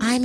I'm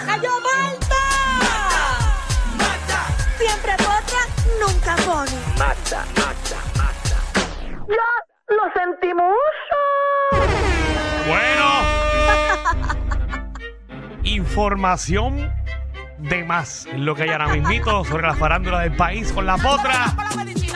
Malta! Siempre potra, nunca pone. ¡Ya lo sentimos! Bueno. Información de más. es Lo que hay ahora mismito sobre la farándula del país con la potra.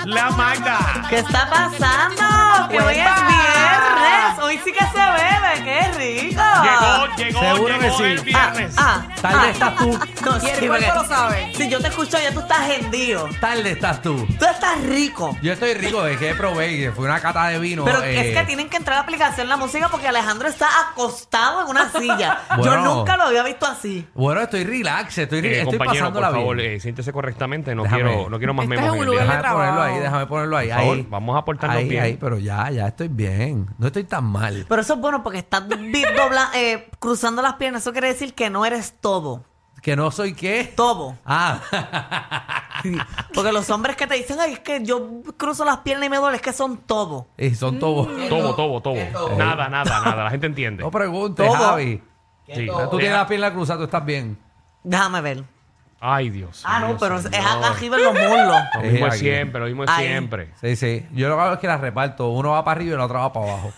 La Magda. ¿Qué está pasando? Que hoy es viernes. Hoy sí que se bebe. ¡Qué rico! Llegó, llegó, Seguro llegó que sí. el viernes. Ah, ah, Tarde ah. estás tú. No, sí, porque Si yo te escucho, ya tú estás hendido. Tarde estás tú. Tú estás rico. Yo estoy rico, es que probé, que fue una cata de vino. Pero eh, es que tienen que entrar a la aplicación la música porque Alejandro está acostado en una silla. Yo Bueno. nunca lo había visto así. Bueno, estoy relax, estoy, Eh, ri- estoy compañero, por pasándola favor, bien. eh, siéntese correctamente. No Déjame. quiero, no quiero más Estás memes. en en un el día. lugar Déjame de ponerlo trabajo. ahí, déjame ponerlo ahí. Por favor, ahí. vamos a portarnos ahí, bien. Ahí, pero ya, ya estoy bien. No estoy tan mal. Pero eso es bueno porque estás bi- dobla- eh, cruzando las piernas. Eso quiere decir que no eres tobo. Que no soy qué. Tobo. Ah, Porque los hombres que te dicen, ay, es que yo cruzo las piernas y me duele, es que son tobo. y son tobos. Tobo, tobo, tobo. Nada, nada, nada. La gente entiende. No preguntes, Tobo. Javi. Sí. Tú tienes la pierna cruzada, tú estás bien. Déjame ver. Ay, Dios. Ah, no, Dios pero es señor. arriba en los muslos. Lo mismo Es es aquí. siempre, lo mismo es Ahí. siempre. Sí, sí. Yo lo que hago es que las reparto. Uno va para arriba y la otra va para abajo.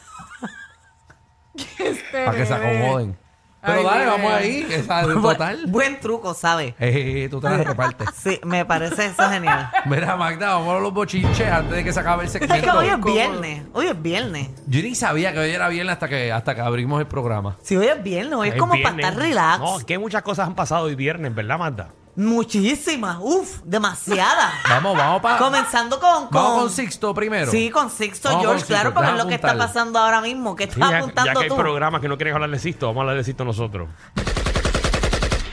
para que se acomoden. Pero Ay, dale, bebé. vamos ahí. Esa es Bu- total. Buen truco, ¿sabes? Eh, tú te las repartes. Sí, me parece eso genial. Mira, Magda, vamos a los bochinches antes de que se acabe el Es que segmento. hoy es viernes. Hoy es viernes. Yo ni sabía que hoy era viernes hasta que, hasta que abrimos el programa. Si hoy es viernes, hoy es, como viernes. para estar relax. No, es que muchas cosas han pasado hoy viernes, ¿verdad, Magda? Muchísimas. Uf, demasiadas. Vamos, vamos para. Comenzando con. Vamos con Sixto primero. Sí, con Sixto Vamos George, con claro, Sixto. porque es Déjame lo que está apuntarlo. pasando ahora mismo. ¿Qué estás Sí, ya, apuntando ya que hay tú? programas que no quieren hablar de Sisto, vamos a hablar de Sisto nosotros.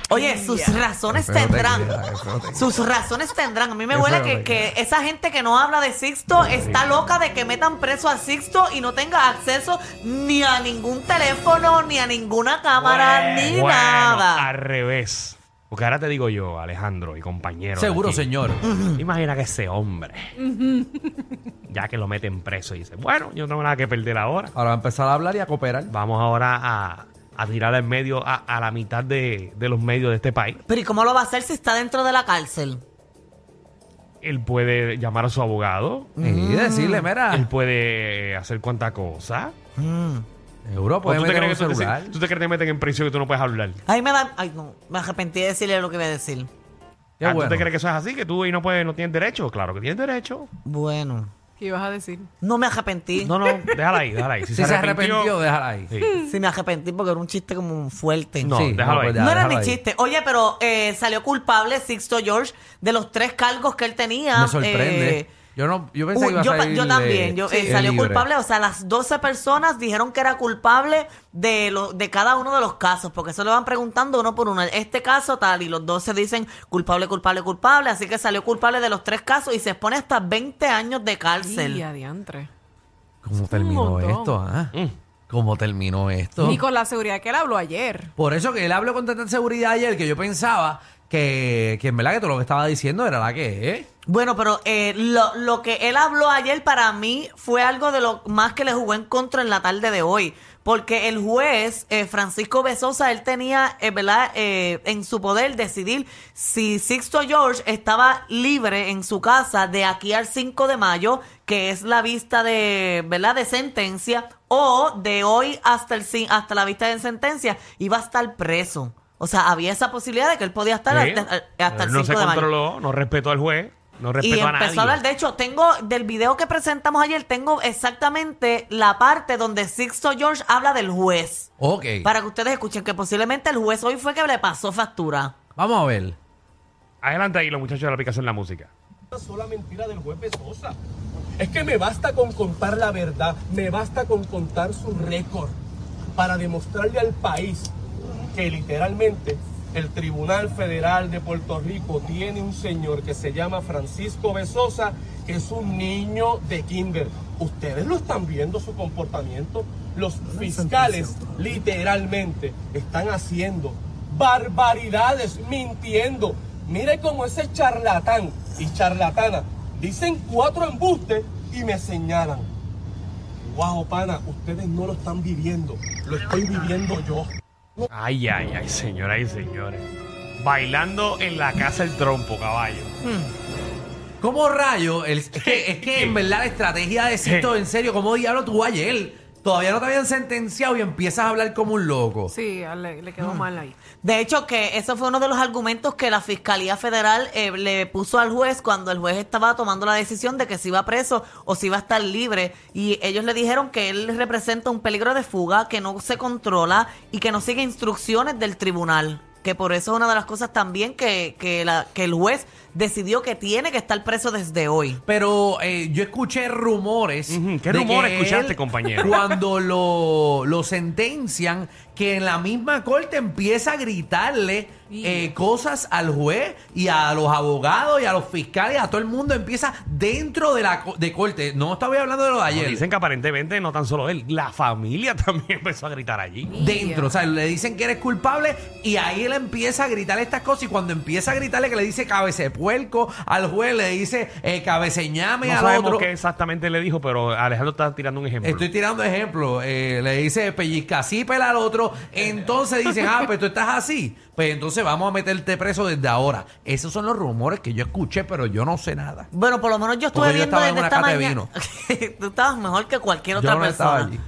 Oye, sus razones Espérate, tendrán. espérate. Sus razones tendrán. A mí me Eso huele no que, me que esa gente que no habla de Sixto está loca de que metan preso a Sixto y no tenga acceso ni a ningún teléfono, ni a ninguna cámara, ni Bueno, nada. Al revés. Porque ahora te digo yo, Alejandro y compañero. de Seguro, aquí. señor. Imagina que ese hombre, ya que lo meten preso y dice, bueno, yo no tengo nada que perder ahora. Ahora va a empezar a hablar y a cooperar. Vamos ahora a, a tirar al medio, a, a la mitad de, de los medios de este país. Pero ¿y cómo lo va a hacer si está dentro de la cárcel? Él puede llamar a su abogado. Mm. Y decirle, Él mira, puede hacer cuánta cosa. seguro ¿O puede tú, te meter crees un que tú te- celular. tú te crees que te meten en prisión y tú no puedes hablar? Ahí me da... Ay, no, me arrepentí de decirle lo que iba a decir. Qué Ah, bueno. ¿Tú te crees que eso es así? ¿Que tú y no, puedes, no tienes derecho? Claro que tienes derecho. Bueno. ¿Qué ibas a decir? No me arrepentí. No, no, déjala ahí, déjala ahí. Si, Si se arrepintió, déjala ahí. Sí. Sí me arrepentí porque era un chiste como fuerte. No, Sí, déjalo ahí. pues ya, no era ni déjalo ahí. chiste. Oye, pero eh, salió culpable Sixto George de los tres cargos que él tenía. Me sorprende. Eh, yo, no, yo pensé uh, que iba a yo, pa- salir. yo también, eh, yo, eh, eh, salió libre. culpable, o sea, las 12 personas dijeron que era culpable de, lo- de cada uno de los casos, porque eso le van preguntando uno por uno, este caso tal, y los 12 dicen culpable, culpable, culpable, así que salió culpable de los tres casos y se expone hasta 20 años de cárcel. Y adiantre. ¿Cómo un terminó montón. esto? ah? Mm. ¿Cómo terminó esto? Y con la seguridad que él habló ayer. Por eso que él habló con tanta seguridad ayer que yo pensaba que, que en verdad que todo lo que estaba diciendo era la que es. Bueno, pero eh, lo, lo que él habló ayer para mí fue algo de lo más que le jugó en contra en la tarde de hoy. Porque el juez, eh, Francisco Besosa, él tenía, eh, ¿verdad?, eh, en su poder decidir si Sixto George estaba libre en su casa de aquí al 5 de mayo, que es la vista de, ¿verdad?, de sentencia, o de hoy hasta, el, cin- hasta la vista de sentencia, iba a estar preso. O sea, había esa posibilidad de que él podía estar Sí. Eh, hasta, hasta el no 5 se de mayo controló, no respetó al juez, no respetó y a empezó nadie. a hablar. De hecho, tengo del video que presentamos ayer, tengo exactamente la parte donde Sixto George habla del juez. Ok. Para que ustedes escuchen que posiblemente el juez hoy fue que le pasó factura. Vamos a ver. Adelante ahí los muchachos de la aplicación La Música. sola mentira del juez Sosa. Es que me basta con contar la verdad, me basta con contar su récord para demostrarle al país que literalmente El Tribunal Federal de Puerto Rico tiene un señor que se llama Francisco Besosa, que es un niño de kinder. Ustedes lo están viendo su comportamiento. Los fiscales literalmente están haciendo barbaridades, mintiendo. Mire cómo ese charlatán y charlatana dicen cuatro embustes y me señalan. Wow, pana, ustedes no lo están viviendo, lo estoy viviendo yo. Ay, ay, ay, señoras y señores. Bailando en la casa el trompo, caballo. ¿Cómo rayo? El- es, que, es que en verdad la estrategia de esto, en serio, ¿cómo diablo tú ayer? Todavía no te habían sentenciado y empiezas a hablar como un loco. Sí, a- le, le quedó mal ahí. De hecho, que eso fue uno de los argumentos que la Fiscalía Federal eh, le puso al juez cuando el juez estaba tomando la decisión de que si iba preso o si iba a estar libre. Y ellos le dijeron que él representa un peligro de fuga, que no se controla y que no sigue instrucciones del tribunal. Que por eso es una de las cosas también que, que, la- que el juez decidió que tiene que estar preso desde hoy. Pero eh, yo escuché rumores. Ujú, ¿qué de rumores que escuchaste, él, compañero? Cuando lo, lo sentencian, que en la misma corte empieza a gritarle eh, cosas al juez y a los abogados y a los fiscales, a todo el mundo empieza dentro de la co- de corte. No estaba hablando de lo de ayer. Dicen que aparentemente no tan solo él, la familia también empezó a gritar allí. Dentro, o sea, le dicen que eres culpable y ahí él empieza a gritar estas cosas y cuando empieza a gritarle que le dice cabece puerco al juez, le dice eh, cabeceñame No al sabemos otro. qué exactamente le dijo, pero Alejandro está tirando un ejemplo. Estoy tirando ejemplos. Eh, le dice pellizcacipel al otro. Entonces dicen, ah, pero tú estás así. Pues entonces vamos a meterte preso desde ahora. Esos son los rumores que yo escuché, pero yo no sé nada. Bueno, por lo menos yo estuve Porque yo viendo estaba en desde una esta cata de mañana. Tú estabas mejor que cualquier Yo otra no estaba persona. allí.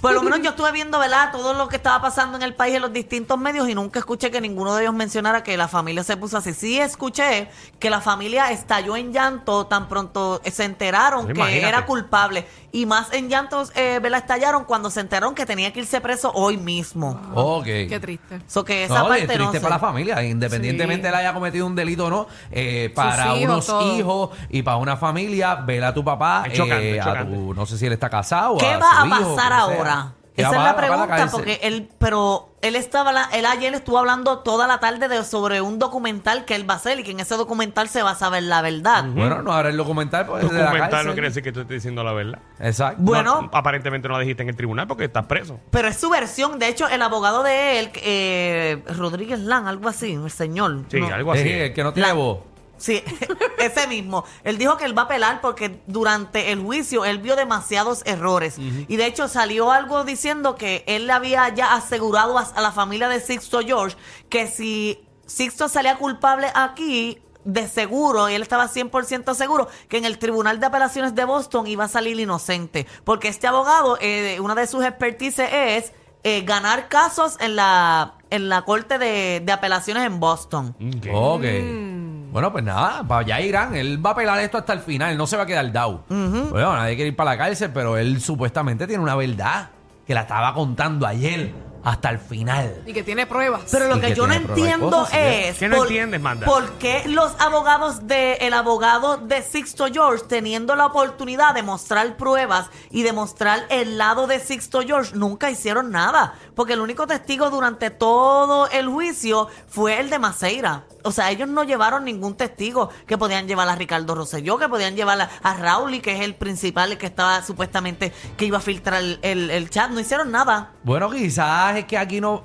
Por lo menos yo estuve viendo, ¿verdad?, todo lo que estaba pasando en el país en los distintos medios y nunca escuché que ninguno de ellos mencionara que la familia se puso así. Sí escuché que la familia estalló en llanto tan pronto eh, se enteraron Pues que imagínate. era culpable. Y más en llantos, eh, ¿verdad?, estallaron cuando se enteraron que tenía que irse preso hoy mismo. Ok. Qué triste. So que esa Ah. No, y parte es triste no sé. para la familia, independientemente Sí. él haya cometido un delito o no, eh, para hijos, unos todo. hijos y para una familia, ver a tu papá, Es chocante, eh, es a chocante. tu- no sé si él está casado. ¿Qué su va a hijo, pasar quien sea. ahora? ¿Qué Esa va es a la pasar? Va a pregunta, cárcel. porque él, pero él estaba, la- él ayer estuvo hablando toda la tarde de, sobre un documental que él va a hacer y que en ese documental se va a saber la verdad. Bueno, no habrá el documental. Pues, desde la Documental no cárcel. quiere decir que tú estés diciendo la verdad. Exacto. Bueno, No, aparentemente no la dijiste en el tribunal porque estás preso. pero es su versión. De hecho, el abogado de él, eh, Rodríguez Lan, algo así, el señor. Sí, no- algo así. Es el que no tiene La- voz. Sí, ese mismo. Él dijo que él va a apelar porque durante el juicio él vio demasiados errores. Y de hecho salió algo diciendo que él le había ya asegurado a, a la familia de Sixto George que si Sixto salía culpable aquí, de seguro, y él estaba 100% seguro, que en el Tribunal de Apelaciones de Boston iba a salir inocente. Porque este abogado, eh, una de sus expertices es eh, ganar casos en la, en la Corte de, de Apelaciones en Boston. Mm, ¿qué? Ok. Bueno, pues nada, para allá irán. Él va a pelar esto hasta el final, no se va a quedar dado. Bueno, nadie quiere ir para la cárcel, pero él supuestamente tiene una verdad que la estaba contando ayer hasta el final. Y que tiene pruebas. Pero Y lo que que yo no tiene pruebas y entiendo cosas, ¿sí? es. ¿Qué no entiendes, Magda? ¿Por qué los abogados de el abogado de Sixto George, teniendo la oportunidad de mostrar pruebas y demostrar el lado de Sixto George, nunca hicieron nada? Porque el único testigo durante todo el juicio fue el de Maceira. O sea, ellos no llevaron ningún testigo que podían llevar a Ricardo Rosselló, que podían llevar a, a Rauli, que es el principal el que estaba supuestamente que iba a filtrar el- el- el chat. No hicieron nada. Bueno, quizás es que aquí no.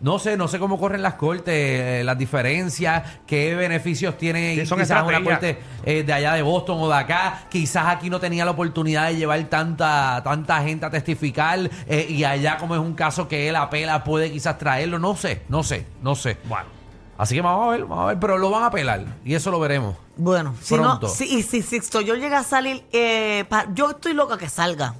No sé, no sé cómo corren las cortes, eh, las diferencias, qué beneficios tiene Sí, son quizás una estrategias. corte eh, de allá de Boston o de acá. Quizás aquí no tenía la oportunidad de llevar tanta, tanta gente a testificar eh, y allá como es un caso que él apela, puede quizás traerlo. No sé, no sé, no sé. Bueno. Así que vamos a ver, vamos a ver, pero lo van a apelar y eso lo veremos. Bueno, si no, Pronto. si, y si Sixto yo llega a salir, eh, pa- yo estoy loca que salga.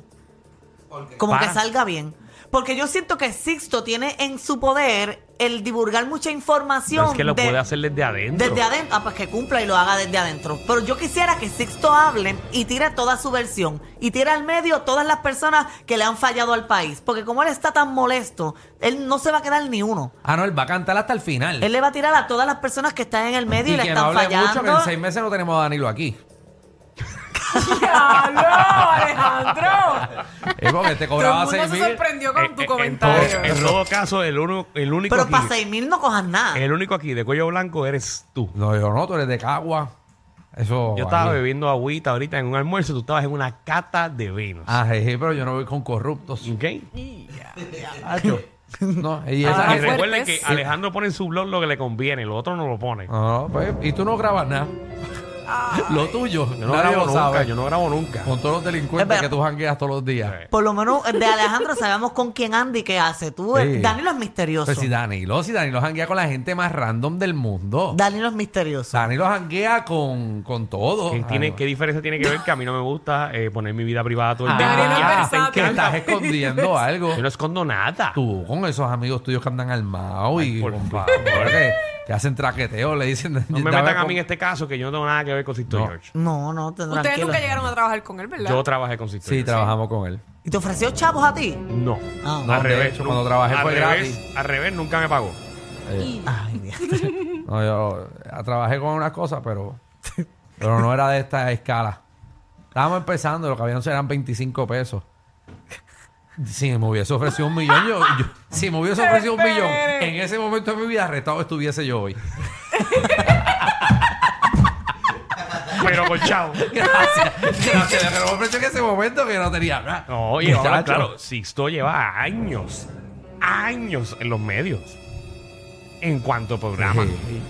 Como Para. que salga bien. Porque yo siento que Sixto tiene en su poder el divulgar mucha información. Pero es que lo de- puede hacer desde adentro. Desde adentro, ah, pues que cumpla y lo haga desde adentro. Pero yo quisiera que Sixto hable y tire toda su versión y tire al medio todas las personas que le han fallado al país. Porque como él está tan molesto, él no se va a quedar ni uno. Ah, no, él va a cantar hasta el final. Él le va a tirar a todas las personas que están en el medio y, le que están no hable fallando. mucho, que en seis meses no tenemos a Danilo aquí. ¡Diablo, Alejandro! Es Eh, porque te Todo el cobraba mundo seis se mil. sorprendió Eh, con tu eh, comentario. En todo, en todo caso, el, uno, el único Pero aquí, para seis mil no cojas nada. el único aquí de cuello blanco eres tú. No, yo no, tú eres de Cagua. Eso. Yo estaba ahí. bebiendo agüita ahorita en un almuerzo, tú estabas en una cata de vinos. Ah, sí, sí, pero yo no voy con corruptos. ¿Ok? Hacho. no, y O sea, esa y fuertes. recuerden que Alejandro pone en su blog lo que le conviene, lo otro no lo pone. No, pues, y tú no grabas nada. Ah. Lo tuyo. Yo no nadie grabo lo nunca, sabe. yo no grabo nunca. Con todos los Es delincuentes verdad. que tú jangueas todos los días. Sí. Por lo menos eh, de Alejandro sabemos con quién Andy que hace. Tú, Sí. Danilo es misterioso. Pues si Danilo, si Danilo janguea con la gente más random del mundo. Danilo es misterioso. Danilo janguea con, con todo. ¿Qué, tiene, Ah, ¿Qué diferencia tiene que ver que a mí no me gusta eh, poner mi vida privada a todo el Ah, tiempo? Danilo es Y a ti te versátil. que encanta. estás escondiendo algo. Yo no escondo nada. Tú con esos amigos tuyos que andan armados Ay, y por con- favor. que, que hacen traqueteo, le dicen. No me dame metan a con- mí en este caso que yo no tengo nada que ver con Sisto No. George. No, no, te- Ustedes tranquilo. nunca llegaron a trabajar con él, ¿verdad? Yo trabajé con Sisto Sí, George. trabajamos con él. ¿Y te ofreció chavos a ti? No. Ah. No, al de revés. hecho, nu- cuando trabajé al fue revés, gratis. Al revés nunca me pagó. Ay, Dios. No, yo eh, trabajé con unas cosas, pero, pero no era de esta escala. Estábamos empezando, lo que habían eran 25 pesos. Si me hubiese ofrecido un millón, yo, yo- si me hubiese ofrecido un millón, en ese momento de mi vida arrestado estuviese yo hoy. Pero con chavo. Gracias. Gracias. Pero me ofreció en ese momento que no tenía nada. No, oye, ahora, Muchacho. claro, Sixto lleva años, años en los medios. En cuanto a programa. Sí.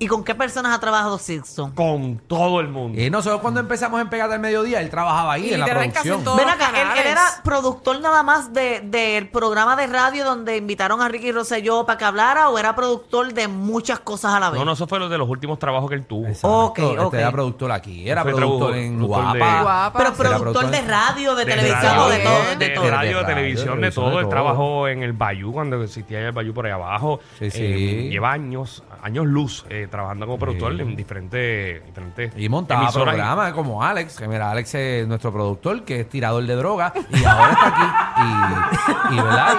¿Y con qué personas ha trabajado Sixto? Con todo el mundo. Y nosotros Eh, cuando empezamos en Pegada al Mediodía, él trabajaba ahí Y en la literal, casi producción. en todo. Todos Ven acá, los él, él canales. era productor nada más de- del programa de radio donde invitaron a Ricky Rosselló para que hablara o era productor de muchas cosas a la vez. No, no, eso fue lo de los últimos trabajos que él tuvo. Exacto. Ok, Este ok. era productor aquí, era Fue productor tradu- en productor de- Guapa. Guapa. Pero Era productor productor- de radio, de, de televisión, radio, de todo, de, de- todo. de radio, de radio, televisión, de televisión, todo. de Él todo. trabajó en el Bayou cuando existía el Bayou por ahí abajo. Sí, sí. Eh, lleva años, años luz, eh, trabajando como productor en diferentes, diferentes Y montaba emisoras. programas como Alex, que mira, Alex es nuestro productor, que es tirador de droga, y ahora está aquí, y, y, ¿verdad?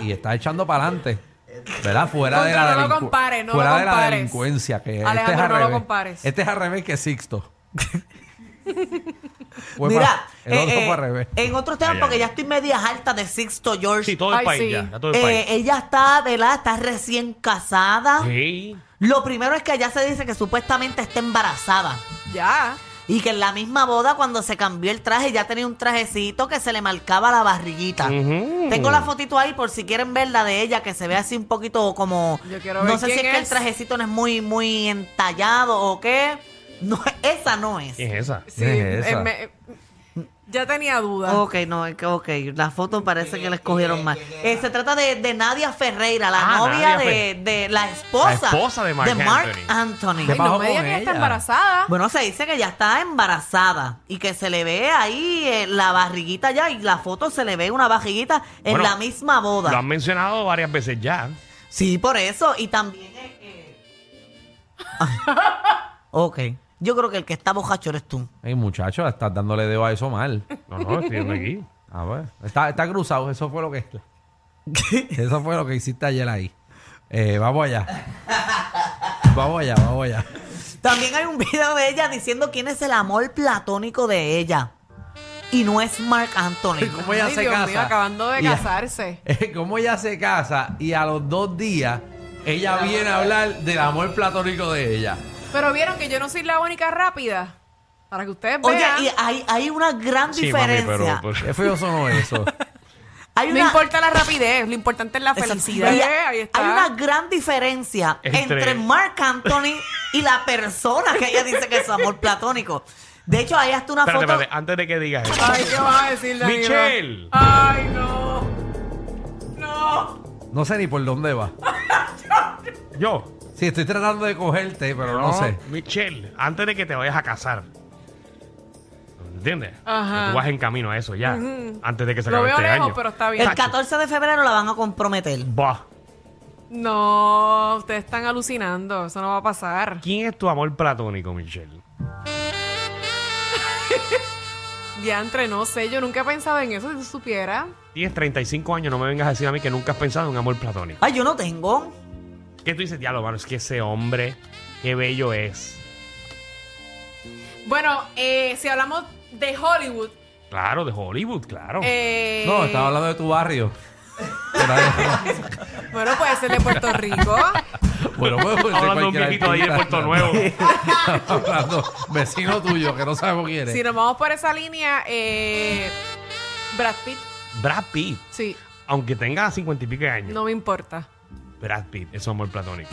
Y, y está echando para adelante. ¿Verdad? Fuera de la Contra, no lo delincu- compares, no lo fuera de la compares. delincuencia que este es Alejandro, al no lo revés. compares. Este es al revés que Sixto. Fue Mira, pa- el eh, otro eh, fue al revés. en otros temas, Ay, ay, porque ay. ya estoy media alta de Sixto George. Sí, todo el Ay, país sí. ya, ya todo el Eh, país. ella está, ¿verdad? Está recién casada. Sí. Lo primero es que allá se dice que supuestamente está embarazada. Ya. Y que en la misma boda, cuando se cambió el traje, ya tenía un trajecito que se le marcaba la barriguita. Ujú. Tengo la fotito ahí por si quieren ver la de ella, que se ve así un poquito como. Yo quiero no ver sé quién si es que el es. trajecito no es muy, muy entallado o qué. No, esa no es. ¿Quién es esa? Sí. Es eh, esa. me- eh, ya tenía dudas. Ok, no, es que, ok, la foto parece que la escogieron mal. Eh, se trata de, de Nadia Ferreira, la Ah, novia Nadia de, Fe- de la esposa, La esposa de Marc Marc ¿Qué Ay, Anthony. pasó no me digas con que está ella? embarazada. Bueno, se dice que ya está embarazada y que se le ve ahí eh, la barriguita ya y la foto se le ve una barriguita en Bueno, la misma boda. Lo han mencionado varias veces ya. Sí, por eso. Y también. eh, eh. ok. Yo creo que el que está bojacho eres tú. Ay, muchacho, estás dándole dedo a eso mal. No, no, estoy viendo aquí. A ver, Ah, está, está cruzado, eso fue lo que Eso fue lo que hiciste ayer ahí. Eh, vamos allá. Vamos allá, vamos allá. También hay un video de ella diciendo quién es el amor platónico de ella. Y no es Mark Anthony. ¿Cómo ella Ay, se Dios casa? mío, acabando de Y a- casarse. Eh, ¿Cómo ella se casa y a los dos días ella viene a hablar del amor platónico de ella? Pero vieron que yo no soy la única rápida. Para que ustedes Oye, vean. y hay, hay una gran Sí, mami, diferencia. pero, pues, pero- Qué feo sonó eso. Hay No una, importa la rapidez, lo importante es la Eso- felicidad. Oye, Eh, ahí está. Hay una gran diferencia entre... Entre- Mark Anthony y la persona que ella dice que es su amor platónico. De hecho, hay hasta una Espérate, foto. espérate, antes de que digas eso. Ay, ¿qué vas a decir, Danilo? Michelle. Ay, no. No. No sé ni por dónde va. Yo, Sí, estoy tratando de cogerte, pero no, no, sé. Michelle, antes de que te vayas a casar. ¿Entiendes? Ajá. Que Tú vas en camino a eso ya. Antes de que se Lo acabe veo este lejos, año. pero está bien. El 14 de febrero la van a comprometer. Buah. No, ustedes están alucinando. Eso no va a pasar. ¿Quién es tu amor platónico, Michelle? Diantre, no sé. Yo nunca he pensado en eso. Si tú supieras. Tienes 35 años, no me vengas a decir a mí que nunca has pensado en un amor platónico. Ay, yo no tengo. Que tú dices, diablo, mano, es que ese hombre, qué bello es. Bueno, eh, si hablamos de Hollywood. Claro, de Hollywood, claro. eh, No, estaba hablando de tu barrio. Bueno, puede ser de Puerto Rico. bueno, pues, Estaba hablando de un viejito de ahí de Puerto Nuevo. hablando vecino tuyo que no sabemos quién es. Si nos vamos por esa línea, eh, Brad Pitt, Brad Pitt, sí, aunque tenga cincuenta y pico de años, no me importa. Brad Pitt es amor platónico.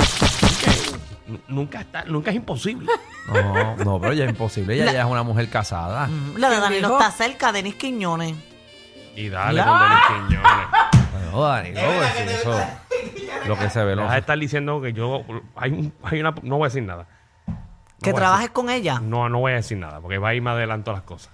N- Nunca, está, nunca es imposible. No, no, pero ella es imposible. Ella ya es una mujer casada. Mm, La de ¿Quién Danilo dijo? está cerca, Denis Quiñones. Y dale con Denis Quiñones. No, Dani, no, pues, si eso. Lo que se ve, lo Vas a estar diciendo que yo. Hay, un- hay una, no voy a decir nada. No Que voy a trabajes decir- con ella. No, no voy a decir nada, porque va a ir me adelanto las cosas.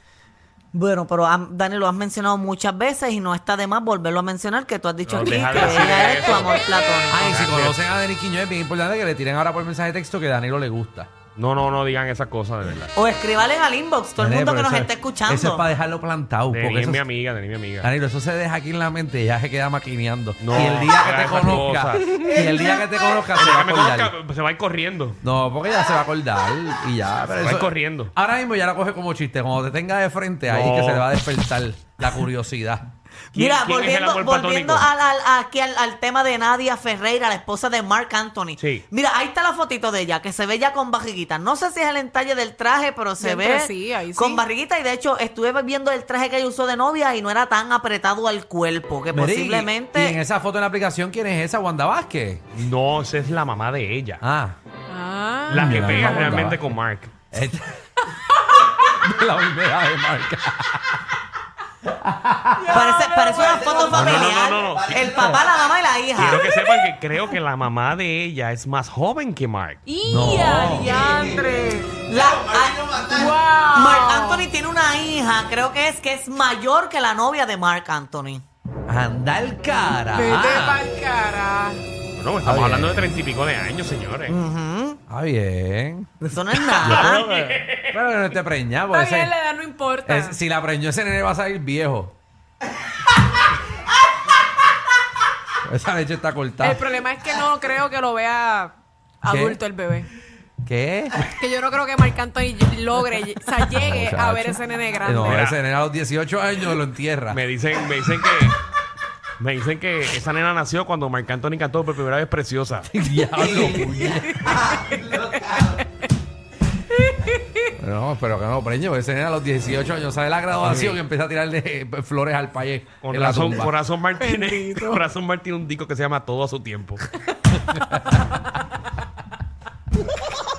Bueno, pero ah, Dani lo has mencionado muchas veces y no está de más volverlo a mencionar que tú has dicho No, aquí que deja de decir ella es tu eso. amor platónico. Ay, si conocen a Denis Quiñones, es bien importante que le tiren ahora por mensaje de texto que Danilo le gusta. No, no, no digan esas cosas, de verdad. O escríbale al inbox, todo el Nene, mundo que pero nos eso- está escuchando. Eso es para dejarlo plantado. Denis Porque es eso, mi amiga, Denis es mi amiga. Danilo, eso se deja aquí en la mente y ya se queda maquineando. No, y el día que te esas conozca, cosas. y el día que te conozca se Desde va a que me acordar. conozca, se va a ir corriendo. No, porque ya se va a acordar y ya. pero Se va eso- corriendo. Ahora mismo ya la coge como chiste. Cuando te tenga de frente ahí No. que se le va a despertar la curiosidad. ¿Quién- Mira, quién es el volviendo, amor volviendo al, platónico? al- aquí al, al tema de Nadia Ferreira, la esposa de Mark Anthony. Sí. Mira, ahí está la fotito de ella, que se ve ya con barriguita. No sé si es el entalle del traje, pero se Siempre ve sí, ahí sí. con barriguita. Y de hecho, estuve viendo el traje que ella usó de novia y no era tan apretado al cuerpo, que Mira, y- posiblemente... Y en esa foto en la aplicación, ¿quién es esa? Wanda Vázquez. No, esa es la mamá de ella. Ah. Ah, la que mira, pega mamá. realmente con Mark. Esta- la primera de marca. Parece, parece una foto no, no, familiar. no, no. El papá, la mamá y la hija. Quiero que sepan que creo que la mamá de ella es más joven que Mark. ¡Y No. adiantre! La- a- ¡Wow! Mark Anthony tiene una hija, creo que es que es mayor que la novia de Mark Anthony. Anda el cara. Vete pa'l cara. Ah, Bueno, estamos bien. hablando de treinta y pico de años, señores. Ah, bien. Ah, Eso no es nada. Pero que no esté preñado. Está porque bien, ese- la edad no importa. ese- si la preñó ese nene va a salir viejo. Esa leche está cortada. El problema es que no creo que lo vea ¿Qué? adulto el bebé. ¿Qué? Que yo no creo que Marc Anthony logre, o sea, llegue a ver ese nene grande. No, Mira. ese nene a los 18 años lo entierra. Me dicen, me dicen que. Me dicen que esa nena nació cuando Marc Anthony cantó por primera vez Preciosa. Diablo. No, pero que no preño, ese nene a los 18 años sale la graduación y empieza a tirarle eh, flores al país. Con en la razón, tumba. Corazón Martínez. Corazón Martínez, un disco que se llama Todo a su tiempo.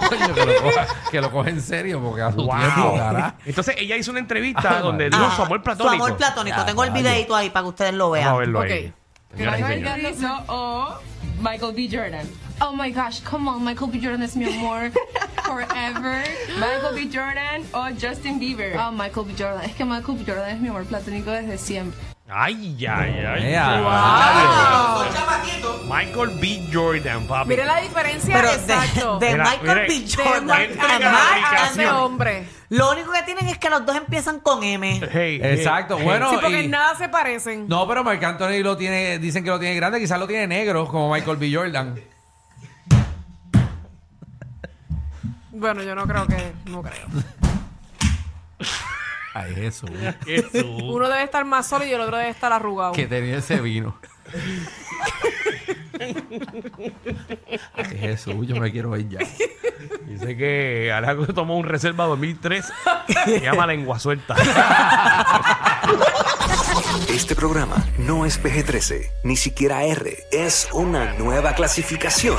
Coño, que, lo coja, que lo coja en serio porque a su tiempo, cara. Entonces ella hizo una entrevista Ah, donde María. dijo Ah, su amor platónico. Su amor platónico. Ya, Tengo el rayo. videito ahí para que ustedes lo Vamos a vean. verlo Ok. ahí. Señoras y Michael señores. Rizzo o Michael B. Jordan. Oh my gosh, come on, Michael B. Jordan is mi amor forever. Michael B. Jordan o Justin Bieber. Oh, Michael B. Jordan, es que Michael B. Jordan es mi amor platónico desde siempre. Ay, ay, ay. Ea, Michael B. Jordan, papi. Mira la diferencia Pero exacto. de, de Mira, Michael mira, B. de Jordan Marc Entren a a la Marc aplicación. ese Anthony. hombre. Lo único que tienen es que los dos empiezan con M. Hey, hey, Exacto, hey. bueno. Sí, porque y- en nada se parecen. No, pero Marc Anthony lo tiene, dicen que lo tiene grande, quizás lo tiene negro, como Michael B. Jordan. Bueno, yo no creo que. No creo. Ay, Jesús. Jesús. Uno debe estar más solo y el otro debe estar arrugado. Que tenía ese vino. Ay, Jesús, yo me quiero ir ya. Dice que Alejandro tomó un reserva 2003. Se llama Lengua Suelta. Este programa no es PG-13, ni siquiera R. Es una nueva clasificación.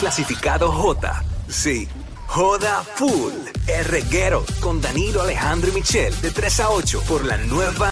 Clasificado J. Sí. Joda Full. R. Guerrero con Danilo Alejandro y Michel de 3 a 8 por la nueva.